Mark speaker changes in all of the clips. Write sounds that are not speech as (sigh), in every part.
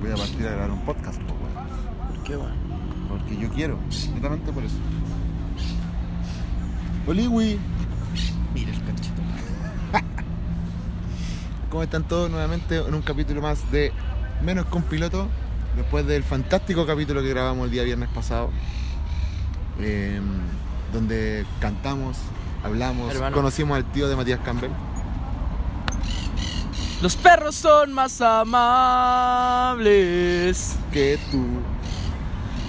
Speaker 1: voy a partir a grabar un podcast, pues, weón.
Speaker 2: ¿Por qué, weón?
Speaker 1: Porque yo quiero, netamente por eso. Oliwi.
Speaker 2: Mira el canchito.
Speaker 1: ¿Cómo están todos nuevamente en un capítulo más de Menos con Piloto? Después del fantástico capítulo que grabamos el día viernes pasado, eh, donde cantamos, hablamos,
Speaker 2: Hermano.
Speaker 1: conocimos al tío de Matías Campbell.
Speaker 2: Los perros son más amables.
Speaker 1: Que tú.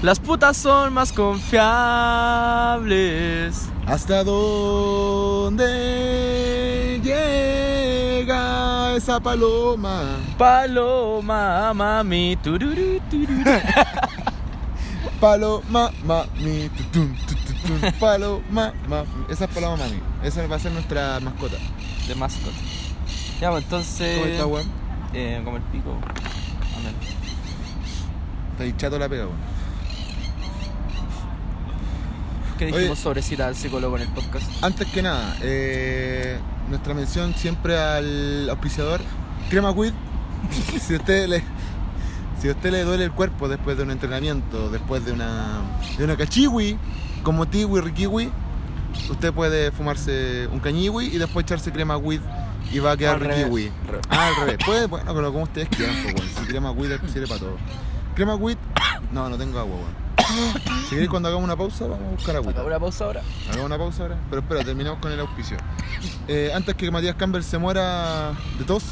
Speaker 2: Las putas son más confiables.
Speaker 1: ¿Hasta dónde llega esa paloma?
Speaker 2: Paloma, mami. tururú, tururú.
Speaker 1: Paloma, mami, tutum, tutum, paloma, mami. Esa es paloma, mami. Esa va a ser nuestra mascota.
Speaker 2: De mascota. Ya, pues entonces.
Speaker 1: ¿Cómo está, weón?
Speaker 2: Eh, como el pico. Amén.
Speaker 1: Está chato la pega, weón.
Speaker 2: ¿Qué dijimos
Speaker 1: Oye.
Speaker 2: sobre citar al psicólogo en el podcast?
Speaker 1: Antes que nada, eh, nuestra mención siempre al auspiciador Crema Quid. (laughs) si a usted le si a usted le duele el cuerpo después de un entrenamiento, después de una de una cachiwi, como tiwi, rikiwi, usted puede fumarse un cañiwi y después echarse Crema Quid y va a quedar
Speaker 2: Al revés.
Speaker 1: rikiwi. Ah, al revés. Puede, bueno, pero como ustedes quieran, pues, bueno. Si Crema Quid sirve para todo. Crema Quid, no, no tengo agua, weón. Si queréis cuando hagamos una pausa, vamos a buscar agua.
Speaker 2: Acabó la pausa ahora.
Speaker 1: Hagamos una pausa ahora. Pero espera, terminamos con el auspicio. Eh, antes que Matías Campbell se muera de tos,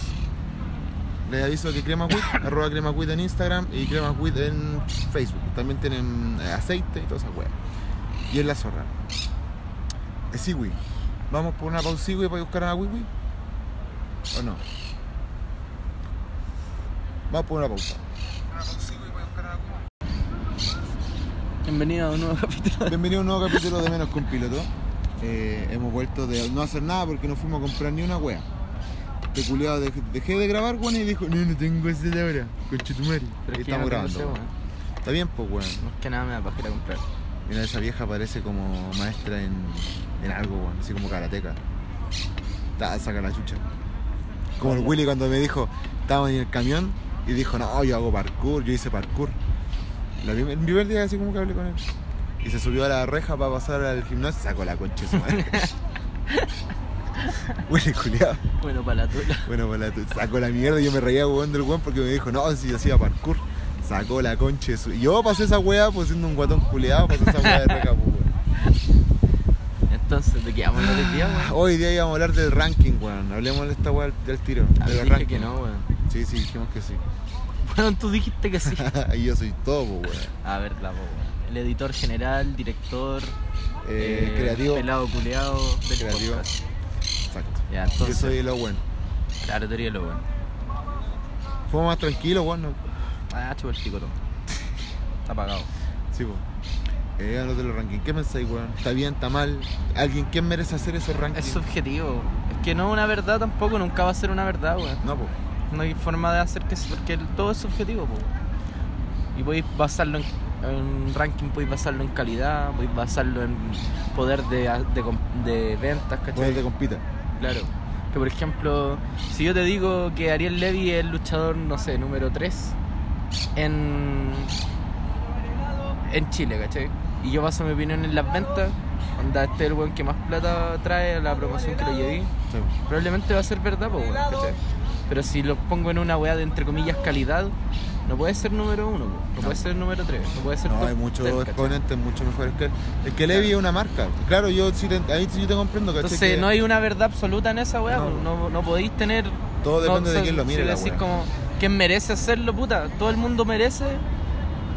Speaker 1: les aviso que Crema Quit, (coughs) arroba Crema Quit en Instagram y Crema Quit en Facebook. También tienen eh, aceite y todas esas weas. Y en la zorra. Eh, Siwi. ¿Vamos por una pausa Siwi para buscar a Wiwi? ¿O no? Vamos por una pausa.
Speaker 2: Bienvenido a un nuevo (laughs) capítulo.
Speaker 1: Bienvenido a un nuevo capítulo de Menos con Piloto. Eh, hemos vuelto de no hacer nada porque no fuimos a comprar ni una wea. Este culiado dej- dejé de grabar, weón, y dijo, no, no tengo ese de ahora, con Chitumari.
Speaker 2: Pero es
Speaker 1: Y
Speaker 2: que
Speaker 1: estamos
Speaker 2: ya no tengo
Speaker 1: grabando.
Speaker 2: cebo,
Speaker 1: weón. Está bien, pues, weón.
Speaker 2: Más que nada me da pajera comprar.
Speaker 1: Mira, esa vieja parece como maestra en, en algo, weón, así como karateca. Ta, saca la chucha. Como el Willy cuando me dijo, estábamos en el camión y dijo, no, yo hago parkour, yo hice parkour. La prim- el primer día así como que hablé con él. Y se subió a la reja para pasar al gimnasio, sacó la concha de su madre. Willy culiado.
Speaker 2: Bueno, para la tula.
Speaker 1: Bueno, pues la tu- sacó la mierda y yo me reía weón del weón porque me dijo, no, si yo hacía parkour, sacó la concha de su... Y yo pasé esa weá, pues siendo un guatón culeado, pasé esa
Speaker 2: (laughs)
Speaker 1: weá de reca, pues, weón.
Speaker 2: Entonces, ¿de qué vamos a hablar hoy día, weón?
Speaker 1: Hoy día íbamos a hablar del ranking, weón. Hablemos de esta weá del- del tiro.
Speaker 2: Ah,
Speaker 1: de los
Speaker 2: dije
Speaker 1: rankings.
Speaker 2: que no, weón.
Speaker 1: Sí, sí, dijimos que sí.
Speaker 2: (laughs)
Speaker 1: (laughs)
Speaker 2: Bueno, tú dijiste que sí.
Speaker 1: y yo soy todo, pues, weón.
Speaker 2: A ver, la po, weón. El editor general, director,
Speaker 1: Eh,
Speaker 2: eh,
Speaker 1: creativo.
Speaker 2: pelado culeado del
Speaker 1: Creativo.
Speaker 2: podcast.
Speaker 1: Exacto.
Speaker 2: Ya, entonces,
Speaker 1: yo soy el Owen.
Speaker 2: claro, te diría lo bueno.
Speaker 1: Fue más tranquilo, weón. no-
Speaker 2: Ah, chupa el pico todo. Está apagado.
Speaker 1: Sí, pues. Eh, hablamos de los rankings. ¿Qué pensáis, weón? ¿Está bien? ¿Está mal? ¿Alguien? ¿Quién merece hacer esos
Speaker 2: Es
Speaker 1: rankings?
Speaker 2: subjetivo. Es que no es una verdad tampoco, nunca va a ser una verdad, weón.
Speaker 1: No, pues.
Speaker 2: No hay forma de hacer que... Porque el- todo es subjetivo, po, weón. Y podéis basarlo en, en ranking, podéis basarlo en calidad, podéis basarlo en poder de, de, com- de ventas, ¿cachai?
Speaker 1: Pues el de compita.
Speaker 2: Claro. Que por ejemplo, si yo te digo que Ariel Levy es el luchador, no sé, número 3 en, en Chile, ¿cachai? Y yo baso mi opinión en las ventas, onda, este es el weón que más plata trae a la promoción que lo llevé,
Speaker 1: Sí, pues. po.
Speaker 2: probablemente va a ser verdad, pues, weón, ¿cachai? Pero si lo pongo en una weá de entre comillas calidad, no puede ser número uno, po, no,
Speaker 1: No.
Speaker 2: puede ser número 3, no puede ser
Speaker 1: No,
Speaker 2: top
Speaker 1: hay muchos
Speaker 2: 10, ¿cachai?
Speaker 1: exponentes mucho mejores que él. Es que
Speaker 2: Claro.
Speaker 1: Levi es una marca. Claro, yo sí te, ahí sí yo te comprendo, ¿cachai?
Speaker 2: Entonces
Speaker 1: Que
Speaker 2: no hay una verdad absoluta en esa weá,
Speaker 1: No.
Speaker 2: no, no, no podéis tener...
Speaker 1: Todo depende de quién lo mire
Speaker 2: Es
Speaker 1: la
Speaker 2: decir,
Speaker 1: weá.
Speaker 2: pues, como, ¿quién merece hacerlo, puta? Todo el mundo merece,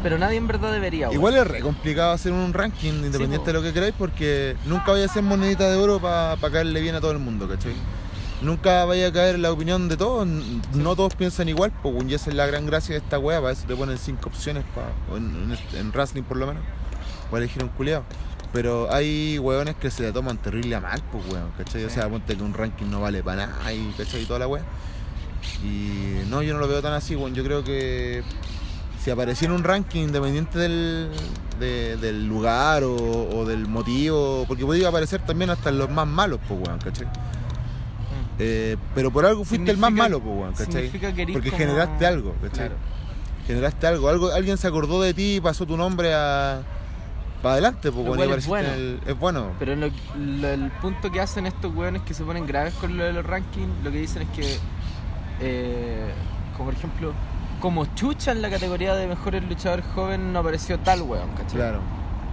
Speaker 2: pero nadie en verdad debería, weón.
Speaker 1: Igual es re complicado hacer un ranking independiente
Speaker 2: po.
Speaker 1: de lo que queráis porque nunca vaya a ser monedita de oro para caerle bien a todo el mundo, ¿cachai? Nunca vaya a caer la opinión de todos, n- no todos piensan igual, pues y esa es la gran gracia de esta wea, para eso te ponen cinco opciones, pa- o en, en este- en wrestling por lo menos, para elegir un culiado. Pero hay weones que se la toman terrible a mal, pues weón, ¿cachai? O
Speaker 2: Sí.
Speaker 1: sea, ponte que un ranking no vale para nada y ¿cachai? Y toda la wea. Y no, yo no lo veo tan así, weón. Yo creo que si apareciera un ranking independiente del, de- del lugar o, o del motivo, porque podía aparecer también hasta en los más malos, pues, weón, ¿cachai? Eh, pero por algo fuiste el más
Speaker 2: Mm. Significa-
Speaker 1: malo, pues, weón, ¿cachai?
Speaker 2: significa que erís
Speaker 1: Porque
Speaker 2: como-
Speaker 1: generaste algo, ¿cachai?
Speaker 2: Claro.
Speaker 1: generaste algo, algo alguien se acordó de ti y pasó tu nombre a para adelante, pues,
Speaker 2: Lo
Speaker 1: cuando
Speaker 2: cual es
Speaker 1: apareciste en el- es bueno.
Speaker 2: Pero lo- lo- el punto que hacen estos weones que se ponen graves con lo de los rankings, lo que dicen es que, eh, como por ejemplo, como chucha en la categoría de mejores luchadores jóvenes no apareció tal weón, ¿cachai?
Speaker 1: Claro.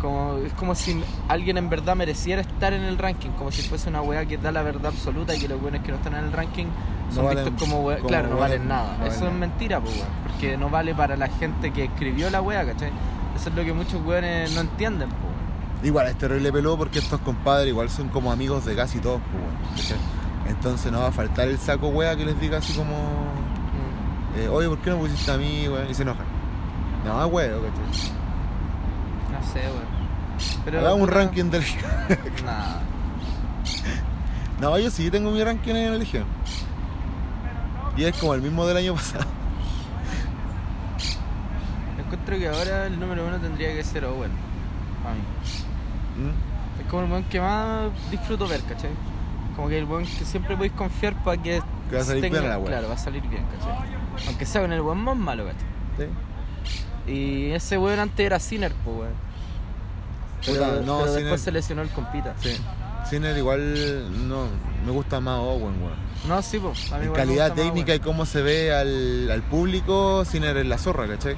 Speaker 2: Como, es como si alguien en verdad mereciera estar en el ranking, como si fuese una weá que da la verdad absoluta y que los weones que no están en el ranking son
Speaker 1: No valen-
Speaker 2: vistos como weá.
Speaker 1: como
Speaker 2: Claro, no
Speaker 1: weones,
Speaker 2: valen nada.
Speaker 1: no valen
Speaker 2: Eso es
Speaker 1: nada.
Speaker 2: mentira, pues, weón, porque no vale para la gente que escribió la weá, ¿cachai? Eso es lo que muchos weones no entienden, pues. weón.
Speaker 1: Igual es terrible peló porque estos compadres igual son como amigos de casi todos, pues, weón, ¿cachai? Entonces no va a faltar el saco wea que les diga así como,
Speaker 2: Mm.
Speaker 1: eh, oye, ¿por qué no pusiste a mí, weón? Y se enojan. No, weón, ¿cachai?
Speaker 2: No sé, weón. Pero.
Speaker 1: Hagamos un ranking del. (laughs)
Speaker 2: Nah.
Speaker 1: No, yo sí tengo mi ranking en el Legión. Y es como el mismo del año
Speaker 2: (laughs)
Speaker 1: pasado.
Speaker 2: Encuentro que ahora el número uno tendría que ser Owen. Para mí.
Speaker 1: ¿Mm?
Speaker 2: Es como el weón que más disfruto ver, ¿cachai? Como que el weón que siempre podéis confiar para que.
Speaker 1: Que va a salir bien la weá.
Speaker 2: Claro, va a salir bien, ¿cachai? Aunque sea con el weón más malo, ¿cachai?
Speaker 1: ¿Sí?
Speaker 2: Y ese weón antes era Sinner, pues, weón. Pero,
Speaker 1: Puta, no,
Speaker 2: pero
Speaker 1: Sinner-
Speaker 2: después se lesionó el compita.
Speaker 1: Sí. Sinner igual no, me gusta más Owen, weón.
Speaker 2: No, sí, pues. a mí
Speaker 1: En
Speaker 2: igual me
Speaker 1: calidad
Speaker 2: gusta más
Speaker 1: técnica y
Speaker 2: Owen.
Speaker 1: cómo se ve al, al público, Sinner es la zorra, ¿cachai?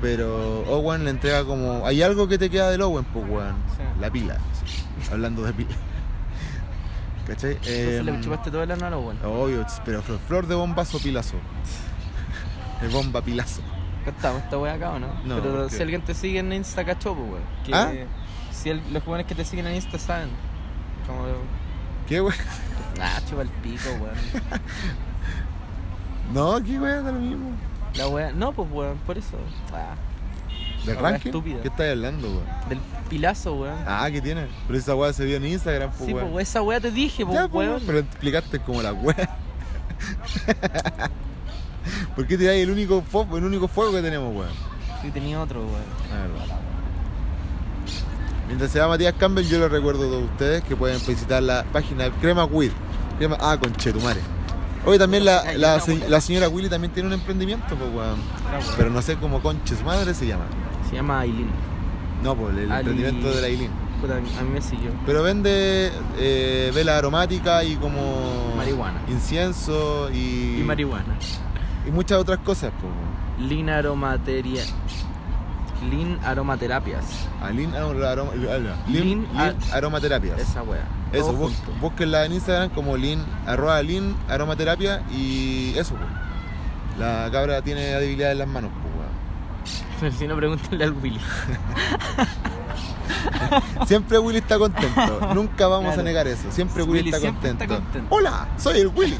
Speaker 1: Pero Owen le entrega como... Hay algo que te queda del Owen, pues, weón.
Speaker 2: Sí.
Speaker 1: La pila. sí. Hablando de pila. (laughs) ¿Cachai?
Speaker 2: Entonces
Speaker 1: Em,
Speaker 2: le chupaste todo el ano a los weón.
Speaker 1: Obvio, ch- pero flor, flor de bombazo pilazo. De bomba pilazo.
Speaker 2: Contamos pues, esta wea acá o no?
Speaker 1: No,
Speaker 2: Pero
Speaker 1: ¿por qué?
Speaker 2: si alguien te sigue en Insta, cachó, pues, weón. Que
Speaker 1: ¿Ah?
Speaker 2: Si el- los jóvenes que te siguen en Insta saben. Como.
Speaker 1: ¿Qué weón?
Speaker 2: Ah, chupa el pico, weón.
Speaker 1: No, qué weón, da lo mismo.
Speaker 2: La wea. No, pues, weón, por eso. Ah,
Speaker 1: ¿Del
Speaker 2: Una
Speaker 1: ranking?
Speaker 2: estúpida.
Speaker 1: ¿Qué estás hablando, weón?
Speaker 2: del pilazo, weón.
Speaker 1: Ah, ¿qué tiene? Pero esa weá se vio en Instagram, pues
Speaker 2: sí, pues,
Speaker 1: weón.
Speaker 2: weón, esa wea te dije, pues,
Speaker 1: Ya, pues,
Speaker 2: weón.
Speaker 1: weón, Pero explicaste como la weá. (laughs) ¿Por qué tiráis el único fuego, el único fuego que tenemos, weón?
Speaker 2: Sí, tenía otro, weón.
Speaker 1: La verdad. Mientras se va Matías Campbell, yo les recuerdo a todos ustedes que pueden visitar la página Crema Weed. Crema Ah, con Chetumare. Oye, también la, la se- la señora Willy también tiene un emprendimiento, pues, weón.
Speaker 2: Otra wea.
Speaker 1: Pero no sé cómo conches madre se llama.
Speaker 2: Se llama Aileen.
Speaker 1: No, pues el
Speaker 2: Ali-
Speaker 1: emprendimiento de la Aileen.
Speaker 2: Puta, a mí me siguió.
Speaker 1: Pero vende eh, vela aromática y como.
Speaker 2: Marihuana.
Speaker 1: Incienso y.
Speaker 2: Y marihuana.
Speaker 1: y muchas otras cosas, pues. weón.
Speaker 2: Lean aromateria. Lean aromaterapias.
Speaker 1: Alin aroma, Lin-
Speaker 2: Lin-
Speaker 1: Lin
Speaker 2: a-
Speaker 1: aromaterapias.
Speaker 2: Esa wea.
Speaker 1: Eso,
Speaker 2: Todo
Speaker 1: bus-
Speaker 2: junto.
Speaker 1: búsquenla en Instagram como Lin, arroba Lin, aromaterapia y eso, pues. La cabra tiene debilidad en las manos, pues, weón.
Speaker 2: (laughs) Si no, pregúntale al Willy. (laughs)
Speaker 1: Siempre Willy está contento, nunca vamos
Speaker 2: Claro.
Speaker 1: a negar eso. Siempre Willy,
Speaker 2: Willy
Speaker 1: está,
Speaker 2: siempre está
Speaker 1: contento.
Speaker 2: contento.
Speaker 1: Hola, soy el
Speaker 2: (laughs)
Speaker 1: Willy.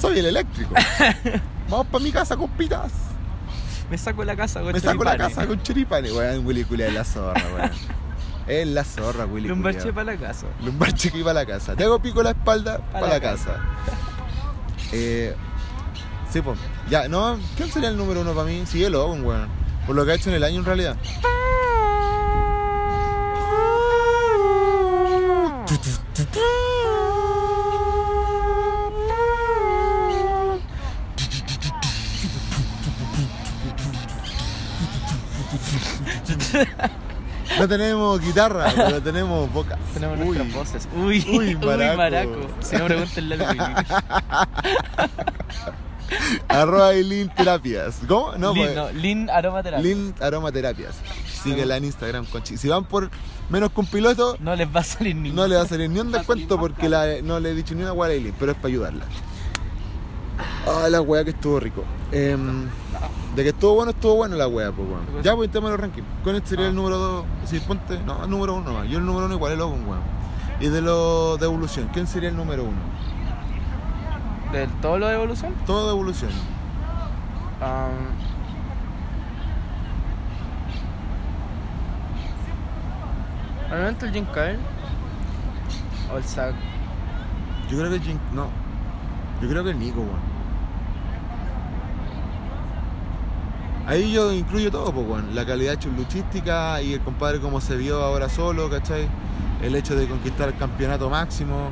Speaker 1: soy el
Speaker 2: (laughs)
Speaker 1: eléctrico. Vamos para mi casa, compitas.
Speaker 2: Me saco de la casa, weón.
Speaker 1: Me saco la
Speaker 2: choripanes.
Speaker 1: casa con chiripanes. Weón, Willy culia es la zorra, weón. Es la zorra, Willy
Speaker 2: Lumbar
Speaker 1: culiao.
Speaker 2: chepa la casa.
Speaker 1: Lumbar chico y para la casa. Te hago pico la espalda para la,
Speaker 2: la
Speaker 1: casa. (laughs) Eh, sí, pues. Ya, no, ¿quién sería el número uno para mí? Sí, el Owen, weón. Por lo que ha hecho en el año en realidad. No tenemos guitarra, pero tenemos boca.
Speaker 2: Tenemos
Speaker 1: Uy.
Speaker 2: nuestras voces. Uy,
Speaker 1: Uy,
Speaker 2: (laughs) uy,
Speaker 1: maraco.
Speaker 2: maraco. Si no, pregúntenle al Willy.
Speaker 1: Arroba y Lin Terapias. ¿Cómo? (laughs) No,
Speaker 2: Lin,
Speaker 1: pues,
Speaker 2: no, Lin Aromaterapia.
Speaker 1: Lin Aromaterapias. Síguela en Instagram, conchi. Si van por menos que un piloto,
Speaker 2: No les va a salir ningún.
Speaker 1: no le va a salir ni un descuento porque la- no le he dicho ni una hueá a Lin, pero es para ayudarla. Ah, la hueá que estuvo rico. Em, de que estuvo bueno, estuvo bueno la hueá, pues, weón. Ya, pues, tema de los rankings. Con este sería el número 2. Si ponte, no, el número 1 Yo el número 1 igual el Ogun, weón. Y de lo de evolución, ¿quién sería el número 1?
Speaker 2: ¿De todo lo de evolución?
Speaker 1: Todo de evolución.
Speaker 2: Am, Al momento el Jim Carrey o el Zack.
Speaker 1: Yo creo que Jin. No. Yo creo que el Nico, weón. Ahí yo incluyo todo, pues, weón. La calidad chuluchística y el compadre como se vio ahora solo, ¿cachai? El hecho de conquistar el campeonato máximo.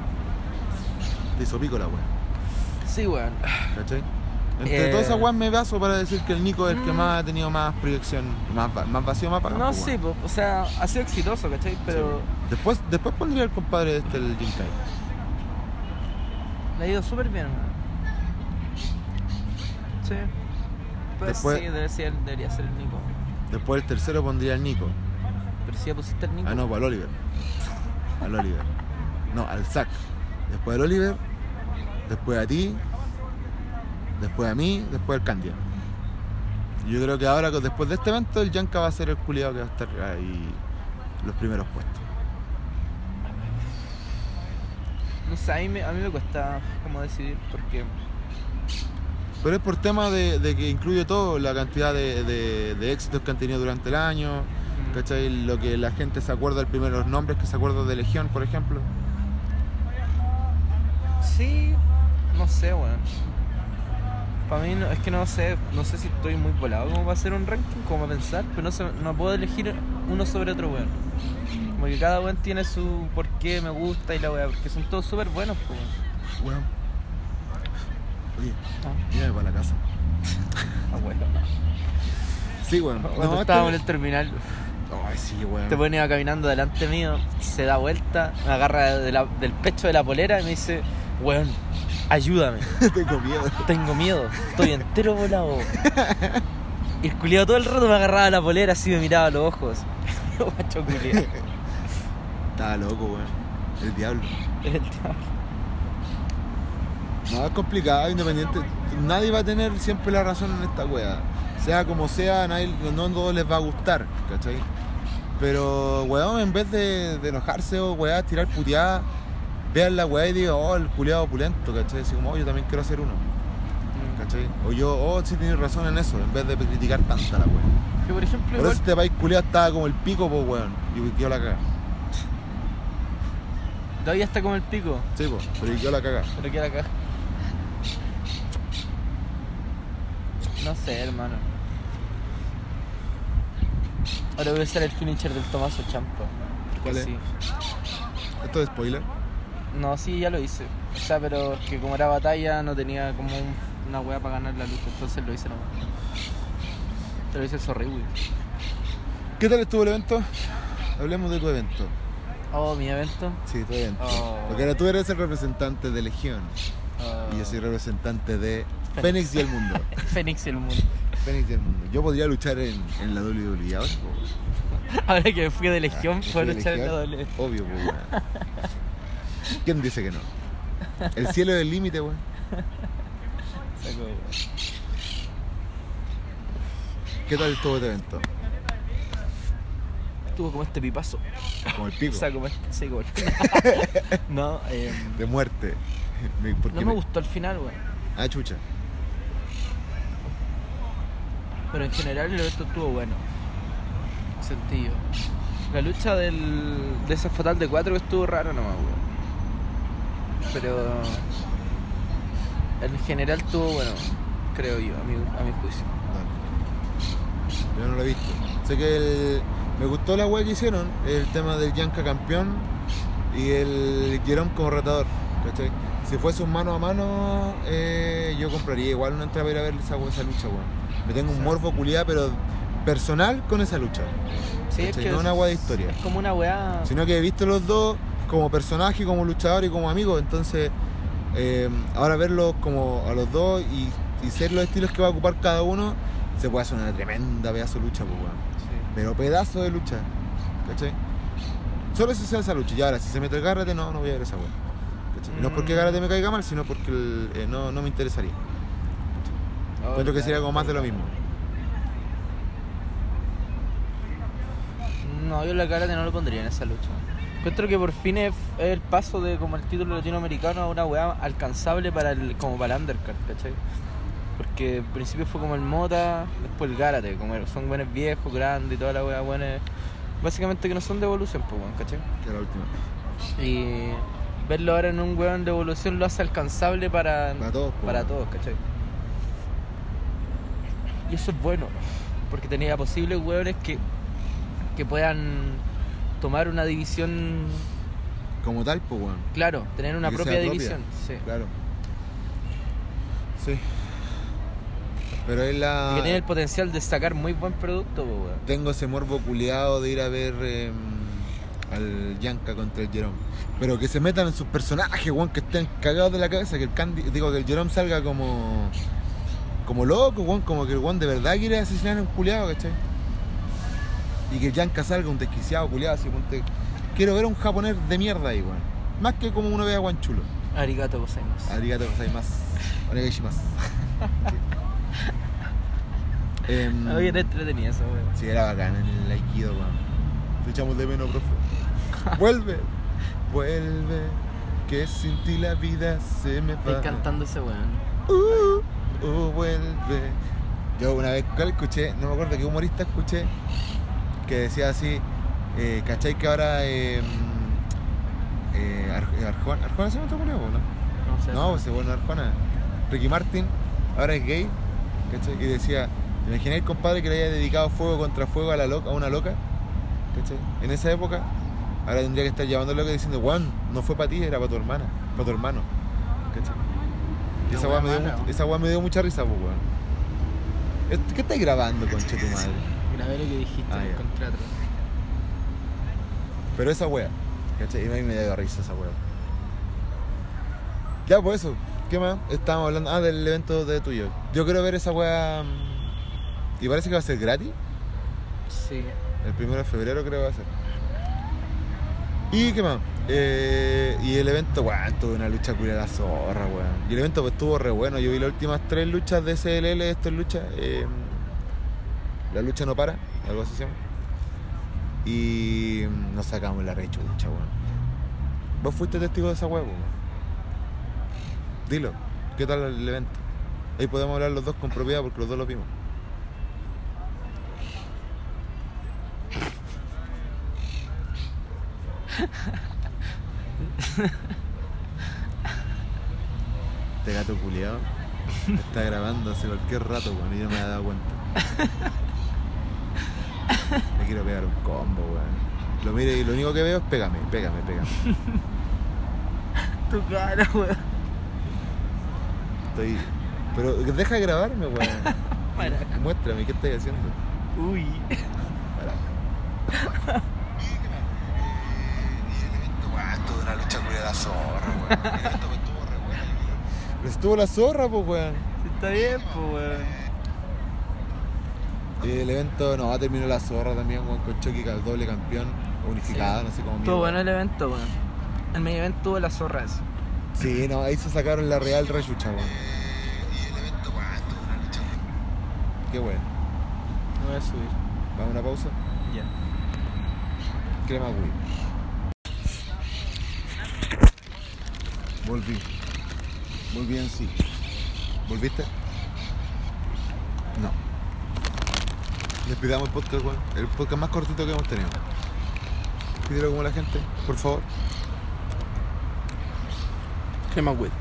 Speaker 1: Te hizo pico la weón,
Speaker 2: Sí, weón.
Speaker 1: ¿cachai? Entre
Speaker 2: Eh, Mm.
Speaker 1: todas esas weas me baso para decir que el Nico es el que más ha tenido más proyección, más, va- más vacío, más para
Speaker 2: No, sí, po, o sea, ha sido exitoso, ¿cachai? Pero
Speaker 1: Después, después pondría el compadre este, el Jim Kai.
Speaker 2: le ha ido súper bien, weón. Sí. Pues
Speaker 1: Después-
Speaker 2: sí, debe ser- debería ser el Nico.
Speaker 1: Después el tercero pondría al Nico.
Speaker 2: Pero si ya pusiste el Nico.
Speaker 1: Ah, no, al Oliver. Al Oliver. No, al Zack. Después al Oliver. Después a ti. Después a mí. Después al Candia. Yo creo que ahora, después de este evento, el Yanka va a ser el culiado que va a estar ahí los primeros puestos.
Speaker 2: No sé, a mí, me, a mí me cuesta como decidir porque... mm,
Speaker 1: Pero es por tema de, de que incluye todo, la cantidad de, de- de éxitos que han tenido durante el año,
Speaker 2: mm,
Speaker 1: ¿cachai? Lo que la gente se acuerda, el primero, los nombres que se acuerda de Legión, por ejemplo.
Speaker 2: Sí, no sé, weón. Para mí no- es que no sé, no sé si estoy muy volado como para hacer un ranking, como para pensar, pero no, sé, no puedo elegir uno sobre otro weón. Como que cada weón tiene su por qué me gusta y la weá, porque son todos súper buenos, po, weón.
Speaker 1: Bueno. Oye,
Speaker 2: Ah,
Speaker 1: llévame para la casa.
Speaker 2: ah, weón.
Speaker 1: Sí, bueno.
Speaker 2: Cuando estábamos en el terminal,
Speaker 1: Ay, sí, weón.
Speaker 2: este weón iba caminando delante mío, se da vuelta, me agarra de la- del pecho de la polera y me dice, weón, ayúdame.
Speaker 1: (laughs) Tengo miedo.
Speaker 2: Tengo miedo, estoy entero volado. Y el culiado todo el rato me agarraba la polera así me miraba a los ojos. (laughs) Guacho culiao.
Speaker 1: Estaba loco, weón. El diablo.
Speaker 2: Era el diablo.
Speaker 1: No, es complicado, independiente. Nadie va a tener siempre la razón en esta wea. Sea como sea, nadie, no a todos les va a gustar, ¿cachai? Pero, weón, en vez de, de enojarse o weá, tirar puteadas, vean la weá y digan, oh, el culiado opulento, ¿cachai? Así como, oh, yo también quiero hacer uno, ¿cachai? O yo, oh, sí tienes razón en eso, en vez de criticar tanta la wea.
Speaker 2: Que por ejemplo,
Speaker 1: Por eso
Speaker 2: igual,
Speaker 1: este país culiado estaba como el pico, pues, weón. Y yo la caga.
Speaker 2: todavía está como el pico,
Speaker 1: Sí, pues, pero yo la caga.
Speaker 2: pero queda acá. No sé, hermano. Ahora voy a usar el finisher del Tomaso Champa. porque
Speaker 1: ¿Cuál es?
Speaker 2: sí.
Speaker 1: Esto es spoiler.
Speaker 2: No, sí, ya lo hice. O sea, pero es que como era batalla no tenía como un- una weá para ganar la lucha, entonces lo hice nomás. Te lo hice sorrible.
Speaker 1: ¿Qué tal estuvo el evento? Hablemos de tu evento.
Speaker 2: Oh, mi evento.
Speaker 1: Sí, tu evento.
Speaker 2: Oh.
Speaker 1: Porque ahora tú eres el representante de Legión
Speaker 2: Ah,
Speaker 1: y yo soy representante de
Speaker 2: Oh.
Speaker 1: Fénix y el
Speaker 2: (laughs)
Speaker 1: mundo.
Speaker 2: Fénix y el mundo.
Speaker 1: Fénix y el mundo. Yo podría luchar en, en la WWE ahora. po, weón.
Speaker 2: Ahora que fui de Legión,
Speaker 1: Ah,
Speaker 2: puedo
Speaker 1: ¿de
Speaker 2: luchar en la E.
Speaker 1: Legión?
Speaker 2: doble.
Speaker 1: Obvio, po,
Speaker 2: (laughs)
Speaker 1: weón. ¿Quién dice que no? El cielo es el límite, weón.
Speaker 2: Saco, weón.
Speaker 1: ¿Qué tal estuvo este evento?
Speaker 2: Estuvo como este pipazo.
Speaker 1: Como el pico.
Speaker 2: O sea, como este sí, como el- (laughs) No, eh,
Speaker 1: De muerte. (laughs) Me- porque
Speaker 2: no me gustó al final, weón.
Speaker 1: Ah, chucha.
Speaker 2: Pero en general el evento estuvo bueno. Sentido. La lucha del, de esa fatal de 4 estuvo rara nomás, weón. Pero. En general estuvo bueno, creo yo, a mi, a mi juicio.
Speaker 1: No. Yo no lo he visto. Sé que el- me gustó la web que hicieron, el tema del Yanka campeón y el Jerome como retador. ¿cachai? Si fuese un mano a mano, eh, yo compraría igual una entrada para ir a ver esa, esa lucha, weón. Me tengo un morbo culiado, pero personal con esa lucha.
Speaker 2: Sí,
Speaker 1: ¿Cachai? No una weá de historia.
Speaker 2: Es como una weá.
Speaker 1: Sino que he visto los dos como personaje, como luchador y como amigo. Entonces, eh, ahora verlos como a los dos y, y ser los estilos que va a ocupar cada uno, se puede hacer una tremenda pedazo de lucha, pues, weón.
Speaker 2: Sí.
Speaker 1: Pero pedazo de lucha. ¿Cachai? Solo si se hace esa lucha. Y ahora, si se mete el Gárrate, no, no voy a ver esa weá. ¿Cachai? Y No es porque
Speaker 2: Mm.
Speaker 1: Gárrate me caiga mal, sino porque el- eh, no, no me interesaría.
Speaker 2: Oh,
Speaker 1: Encuentro que
Speaker 2: ya.
Speaker 1: sería como más de lo mismo.
Speaker 2: No, yo la cara no lo pondría en esa lucha. Encuentro que por fin es es el paso de como el título latinoamericano a una weá alcanzable para el, como para el undercard, ¿cachai? Porque al principio fue como el Mota, después el Gárate, como el- son buenos viejos, grandes y toda la weá, buenos. Básicamente que no son de evolución, pues weón, ¿cachai?
Speaker 1: Que era la última.
Speaker 2: Y verlo ahora en un weón de evolución lo hace alcanzable para,
Speaker 1: Para todos, pues,
Speaker 2: para
Speaker 1: weón.
Speaker 2: todos, ¿cachai? Y eso es bueno, porque tenía posibles weones que, que puedan tomar una división,
Speaker 1: Como tal, pues, weón.
Speaker 2: claro, tener una
Speaker 1: Que sea
Speaker 2: propia
Speaker 1: propia.
Speaker 2: división. sí.
Speaker 1: Claro. Sí. Pero es la.
Speaker 2: Que tiene el potencial de sacar muy buen producto, po, weón.
Speaker 1: Tengo ese morbo culeado de ir a ver eh, al Yanka contra el Jerome. Pero que se metan en sus personajes, weón, que estén cagados de la cabeza, que el Candy, digo, que el Jerome salga como como loco, weón, como que el weón de verdad quiere asesinar a un culeado, ¿cachai? Y que el Yanka salga un desquiciado culeado, así ponte. Quiero ver a un japonés de mierda ahí, weón. Más que como uno ve a Guanchulo.
Speaker 2: Arigato gozaimasu.
Speaker 1: Arigato gozaimasu. Onegaishimasu. Sí. Em,
Speaker 2: Oye, era entretenido eso, weón.
Speaker 1: Sí, era bacán el Aikido, weón. Te echamos de menos, (laughs) profe. ¡Vuelve! ¡Vuelve! Que sin ti la vida se me va.
Speaker 2: Estoy cantando ese weón.
Speaker 1: Uh, uh, vuelve. Yo una vez ¿cuál escuché, no me acuerdo qué humorista escuché, que decía así, eh, ¿cachai que ahora eh, eh, Ar- Arjona, Arjona se me está poniendo, ¿no?
Speaker 2: No sé.
Speaker 1: No, pues, ese bueno Arjona. Ricky Martin, ahora es gay, ¿cachai? Y decía, imaginé el compadre que le haya dedicado fuego contra fuego a, la loca, a una loca, ¿cachai? En esa época, ahora tendría que estar llevando loca diciendo, Juan, no fue para ti, era para tu hermana, para tu hermano, ¿cachai? Y
Speaker 2: Una
Speaker 1: esa
Speaker 2: wea
Speaker 1: weá me, dio
Speaker 2: mala,
Speaker 1: mu-
Speaker 2: ¿no?
Speaker 1: esa weá me dio mucha risa, pues, weón. Es- ¿Qué estás grabando, conche tu madre?
Speaker 2: Grabé lo que dijiste
Speaker 1: Ah,
Speaker 2: en el
Speaker 1: ya.
Speaker 2: contrato.
Speaker 1: Pero esa wea, ¿cachai? Y a mí me dio risa esa wea. Ya, pues eso. ¿Qué más? Estábamos hablando. Ah, del evento de tuyo. Yo quiero ver esa wea. mm, Y parece que va a ser gratis.
Speaker 2: Sí.
Speaker 1: El primero de febrero creo que va a ser. ¿Y qué más? Eh, y el evento, weón, tuve una lucha culia la zorra, weón. Y el evento pues, estuvo re bueno. Yo vi las últimas tres luchas de CLL, esto es lucha. eh, la lucha no para, algo así se llama. Y mm, nos sacamos la rechucha, weón. Vos fuiste testigo de esa huevo, weón. Dilo, ¿qué tal el evento? Ahí podemos hablar los dos con propiedad porque los dos lo vimos. Este gato culiado está grabando hace cualquier rato, weón, y yo no me he dado cuenta. Le quiero pegar un combo, weón. Lo mire y lo único que veo es pégame, pégame, pégame.
Speaker 2: Tu cara, weón.
Speaker 1: Estoy. Pero deja de grabarme, weón.
Speaker 2: Maraco.
Speaker 1: Muéstrame, ¿qué estás haciendo?
Speaker 2: Uy. (laughs)
Speaker 1: una lucha culiada la zorra, weón. estuvo re Estuvo la zorra, pues, weón.
Speaker 2: Está bien, pues, weón.
Speaker 1: Y el evento, no, terminó la zorra también, weón, con Chucky, el doble campeón, unificada,
Speaker 2: Sí.
Speaker 1: no sé cómo
Speaker 2: Estuvo
Speaker 1: mierda.
Speaker 2: bueno el evento, weón. El medio evento tuvo las zorras.
Speaker 1: Sí, no, ahí se sacaron la real rechucha, weón. Qué bueno.
Speaker 2: No voy a subir.
Speaker 1: Vamos a una pausa.
Speaker 2: Ya.
Speaker 1: Crema güey. Volví. Volví en sí. ¿Volviste? No. Despidamos el podcast, weón. El podcast más cortito que hemos tenido. Pídelo como la gente, por favor.
Speaker 2: Crema Wit.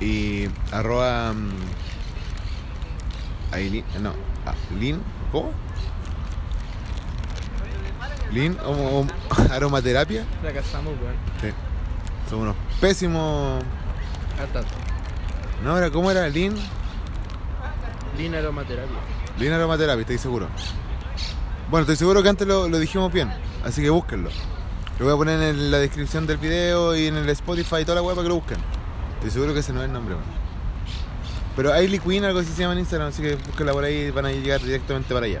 Speaker 1: Y arroba mm, Ailin, no, a- Lin, ¿cómo? Lin, homo- hom- (laughs) aromaterapia.
Speaker 2: Fracasamos, weón.
Speaker 1: Sí. Son unos pésimos.
Speaker 2: Hasta
Speaker 1: No, era cómo era Lin,
Speaker 2: Lina aromaterapia.
Speaker 1: Lin aromaterapia, estoy seguro. Bueno, estoy seguro que antes lo, lo dijimos bien, así que búsquenlo. Lo voy a poner en la descripción del video y en el Spotify y toda la web para que lo busquen. Estoy seguro que ese no es el nombre, weón. Pero Ailey Queen, algo así se llama en Instagram, así que búsquenla por ahí y van a llegar directamente para allá.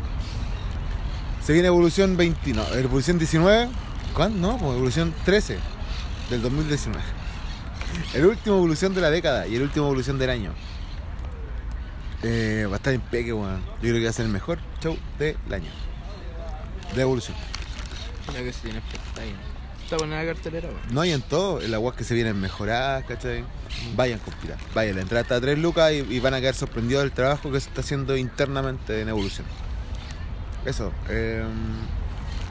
Speaker 1: Se viene Evolución 20, no, Evolución 19. ¿Cuándo? No, pues, Evolución 13 del 2019. El último Evolución de la década y el último Evolución del año. Eh, va a estar en peque, weón. Yo creo que va a ser el mejor show del año. De Evolución.
Speaker 2: Ya que se tiene fe. Está bien. Está buena la cartelera, weón.
Speaker 1: No hay en todo, en las guas que se vienen mejoradas, ¿cachai? Vayan con pila. Vayan, la entrada está a 3 lucas y, y van a quedar sorprendidos del trabajo que se está haciendo internamente en Evolución. Eso. eh,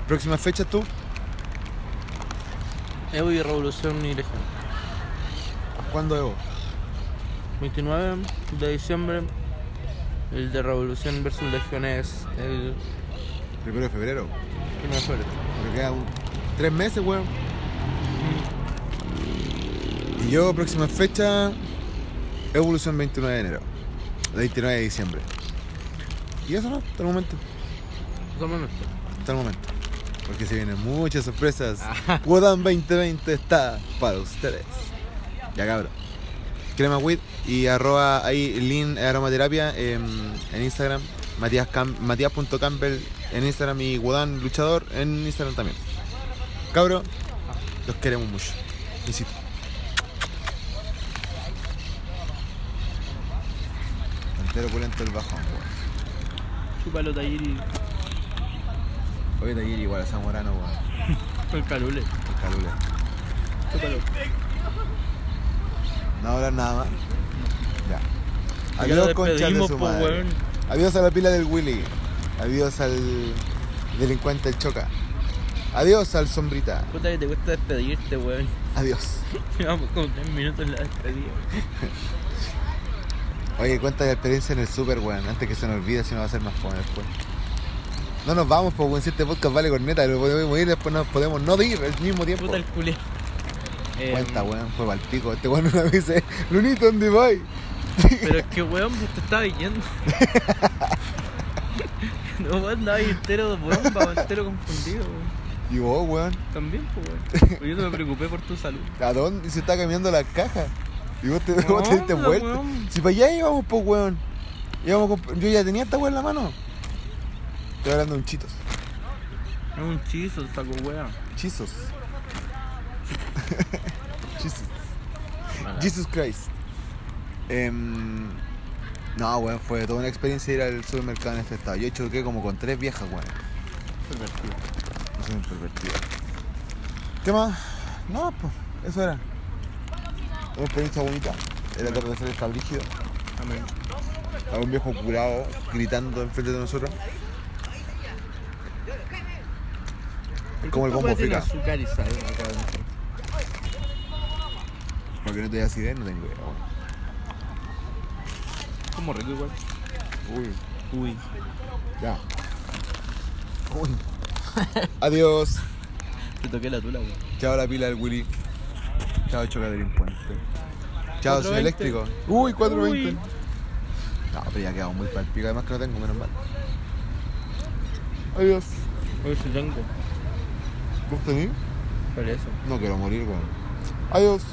Speaker 1: Próxima fecha tú.
Speaker 2: Evo y Revolución y Legión.
Speaker 1: ¿Cuándo Evo?
Speaker 2: 29 de diciembre. El de Revolución versus Legión es el
Speaker 1: Primero de febrero.
Speaker 2: 1 de febrero.
Speaker 1: Me quedan un- tres meses, weón. Y yo, próxima fecha, Evolución 29 de enero. 29 de diciembre. Y eso no, hasta el momento. Hasta el momento. Porque se vienen muchas sorpresas. (laughs) Wodan 2020 está para ustedes. Ya cabrón. Crema Wit y arroba ahí Lean Aromaterapia em, en Instagram. Matías Cam- Matías.campbell en Instagram y Wodan Luchador en Instagram también. Cabro, los queremos mucho. Besitos. Entero opulento el bajón, weón.
Speaker 2: Chúpalo, Tayiri,
Speaker 1: Hoy de ayer igual a Zamorano, weón.
Speaker 2: el calule.
Speaker 1: El calule.
Speaker 2: Chúpalo.
Speaker 1: No hablar nada más. Ya.
Speaker 2: Ya nos
Speaker 1: Adiós, concha de
Speaker 2: despedimos,
Speaker 1: su
Speaker 2: po,
Speaker 1: madre.
Speaker 2: weón.
Speaker 1: Adiós a la pila del Willy. Adiós al delincuente el Choca. Adiós al Sombrita.
Speaker 2: Puta que te cuesta despedirte, weón. (laughs)
Speaker 1: Adiós.
Speaker 2: Llevamos como tres minutos en la despedida.
Speaker 1: Oye, cuenta la experiencia en el Super, weón. Antes que se nos olvide, si no va a ser más fome después. No nos vamos, pues, weón. Si este podcast vale corneta, lo podemos ir, después nos podemos no ir al mismo tiempo.
Speaker 2: Puta el culé. Eh,
Speaker 1: Cuenta, weón. Fue pa'l pico. Este weón una vez dice, Lunito, ¿dónde vais?
Speaker 2: Pero es que, weón, pues, te estaba (laughs) yendo. no, weón, andaba ahí entero, weón, va, entero confundido, weón.
Speaker 1: Y vos, weón.
Speaker 2: También, pues, weón. Pues Yo no me preocupé por tu salud.
Speaker 1: ¿A dónde? Y Se está cambiando la caja. Y vos te, (laughs) vos te
Speaker 2: No,
Speaker 1: diste
Speaker 2: onda,
Speaker 1: vuelta.
Speaker 2: weón.
Speaker 1: Si para allá íbamos, pues, weón. Íbamos a comp- Yo ya tenía esta weón en la mano. Estoy hablando de un chitos.
Speaker 2: Es un chizo, saco weón.
Speaker 1: Chisos. (laughs) Jesus.
Speaker 2: Ah,
Speaker 1: Jesus Christ. Em, no, weón, fue toda una experiencia ir al supermercado en este estado. Yo choqué como con tres viejas, weón.
Speaker 2: Pervertido.
Speaker 1: No soy un pervertido. ¿Qué más? No, pues, eso era. Una experiencia bonita. El atardecer está brígido.
Speaker 2: Amén.
Speaker 1: a un viejo curado gritando enfrente de nosotros. Como el
Speaker 2: Esta
Speaker 1: combo
Speaker 2: weá tiene
Speaker 1: fica.
Speaker 2: azúcar y sal acá adentro.
Speaker 1: Porque no te voy a decir, eh, no tengo idea.
Speaker 2: Como rico igual.
Speaker 1: bueno. Uy,
Speaker 2: Uy.
Speaker 1: ya. Uy. Adiós.
Speaker 2: Te toqué la tula, weón.
Speaker 1: Chao la pila del Willy. Chao Choca Delincuente. Chao señor
Speaker 2: 420.
Speaker 1: eléctrico. Uy, 420.
Speaker 2: Uy.
Speaker 1: No, pero ya quedamos muy palpico. Además que no tengo, menos mal. Adiós.
Speaker 2: Uy, si tengo.
Speaker 1: ¿Vos tenés?
Speaker 2: Por eso.
Speaker 1: No quiero morir, weón. Adiós.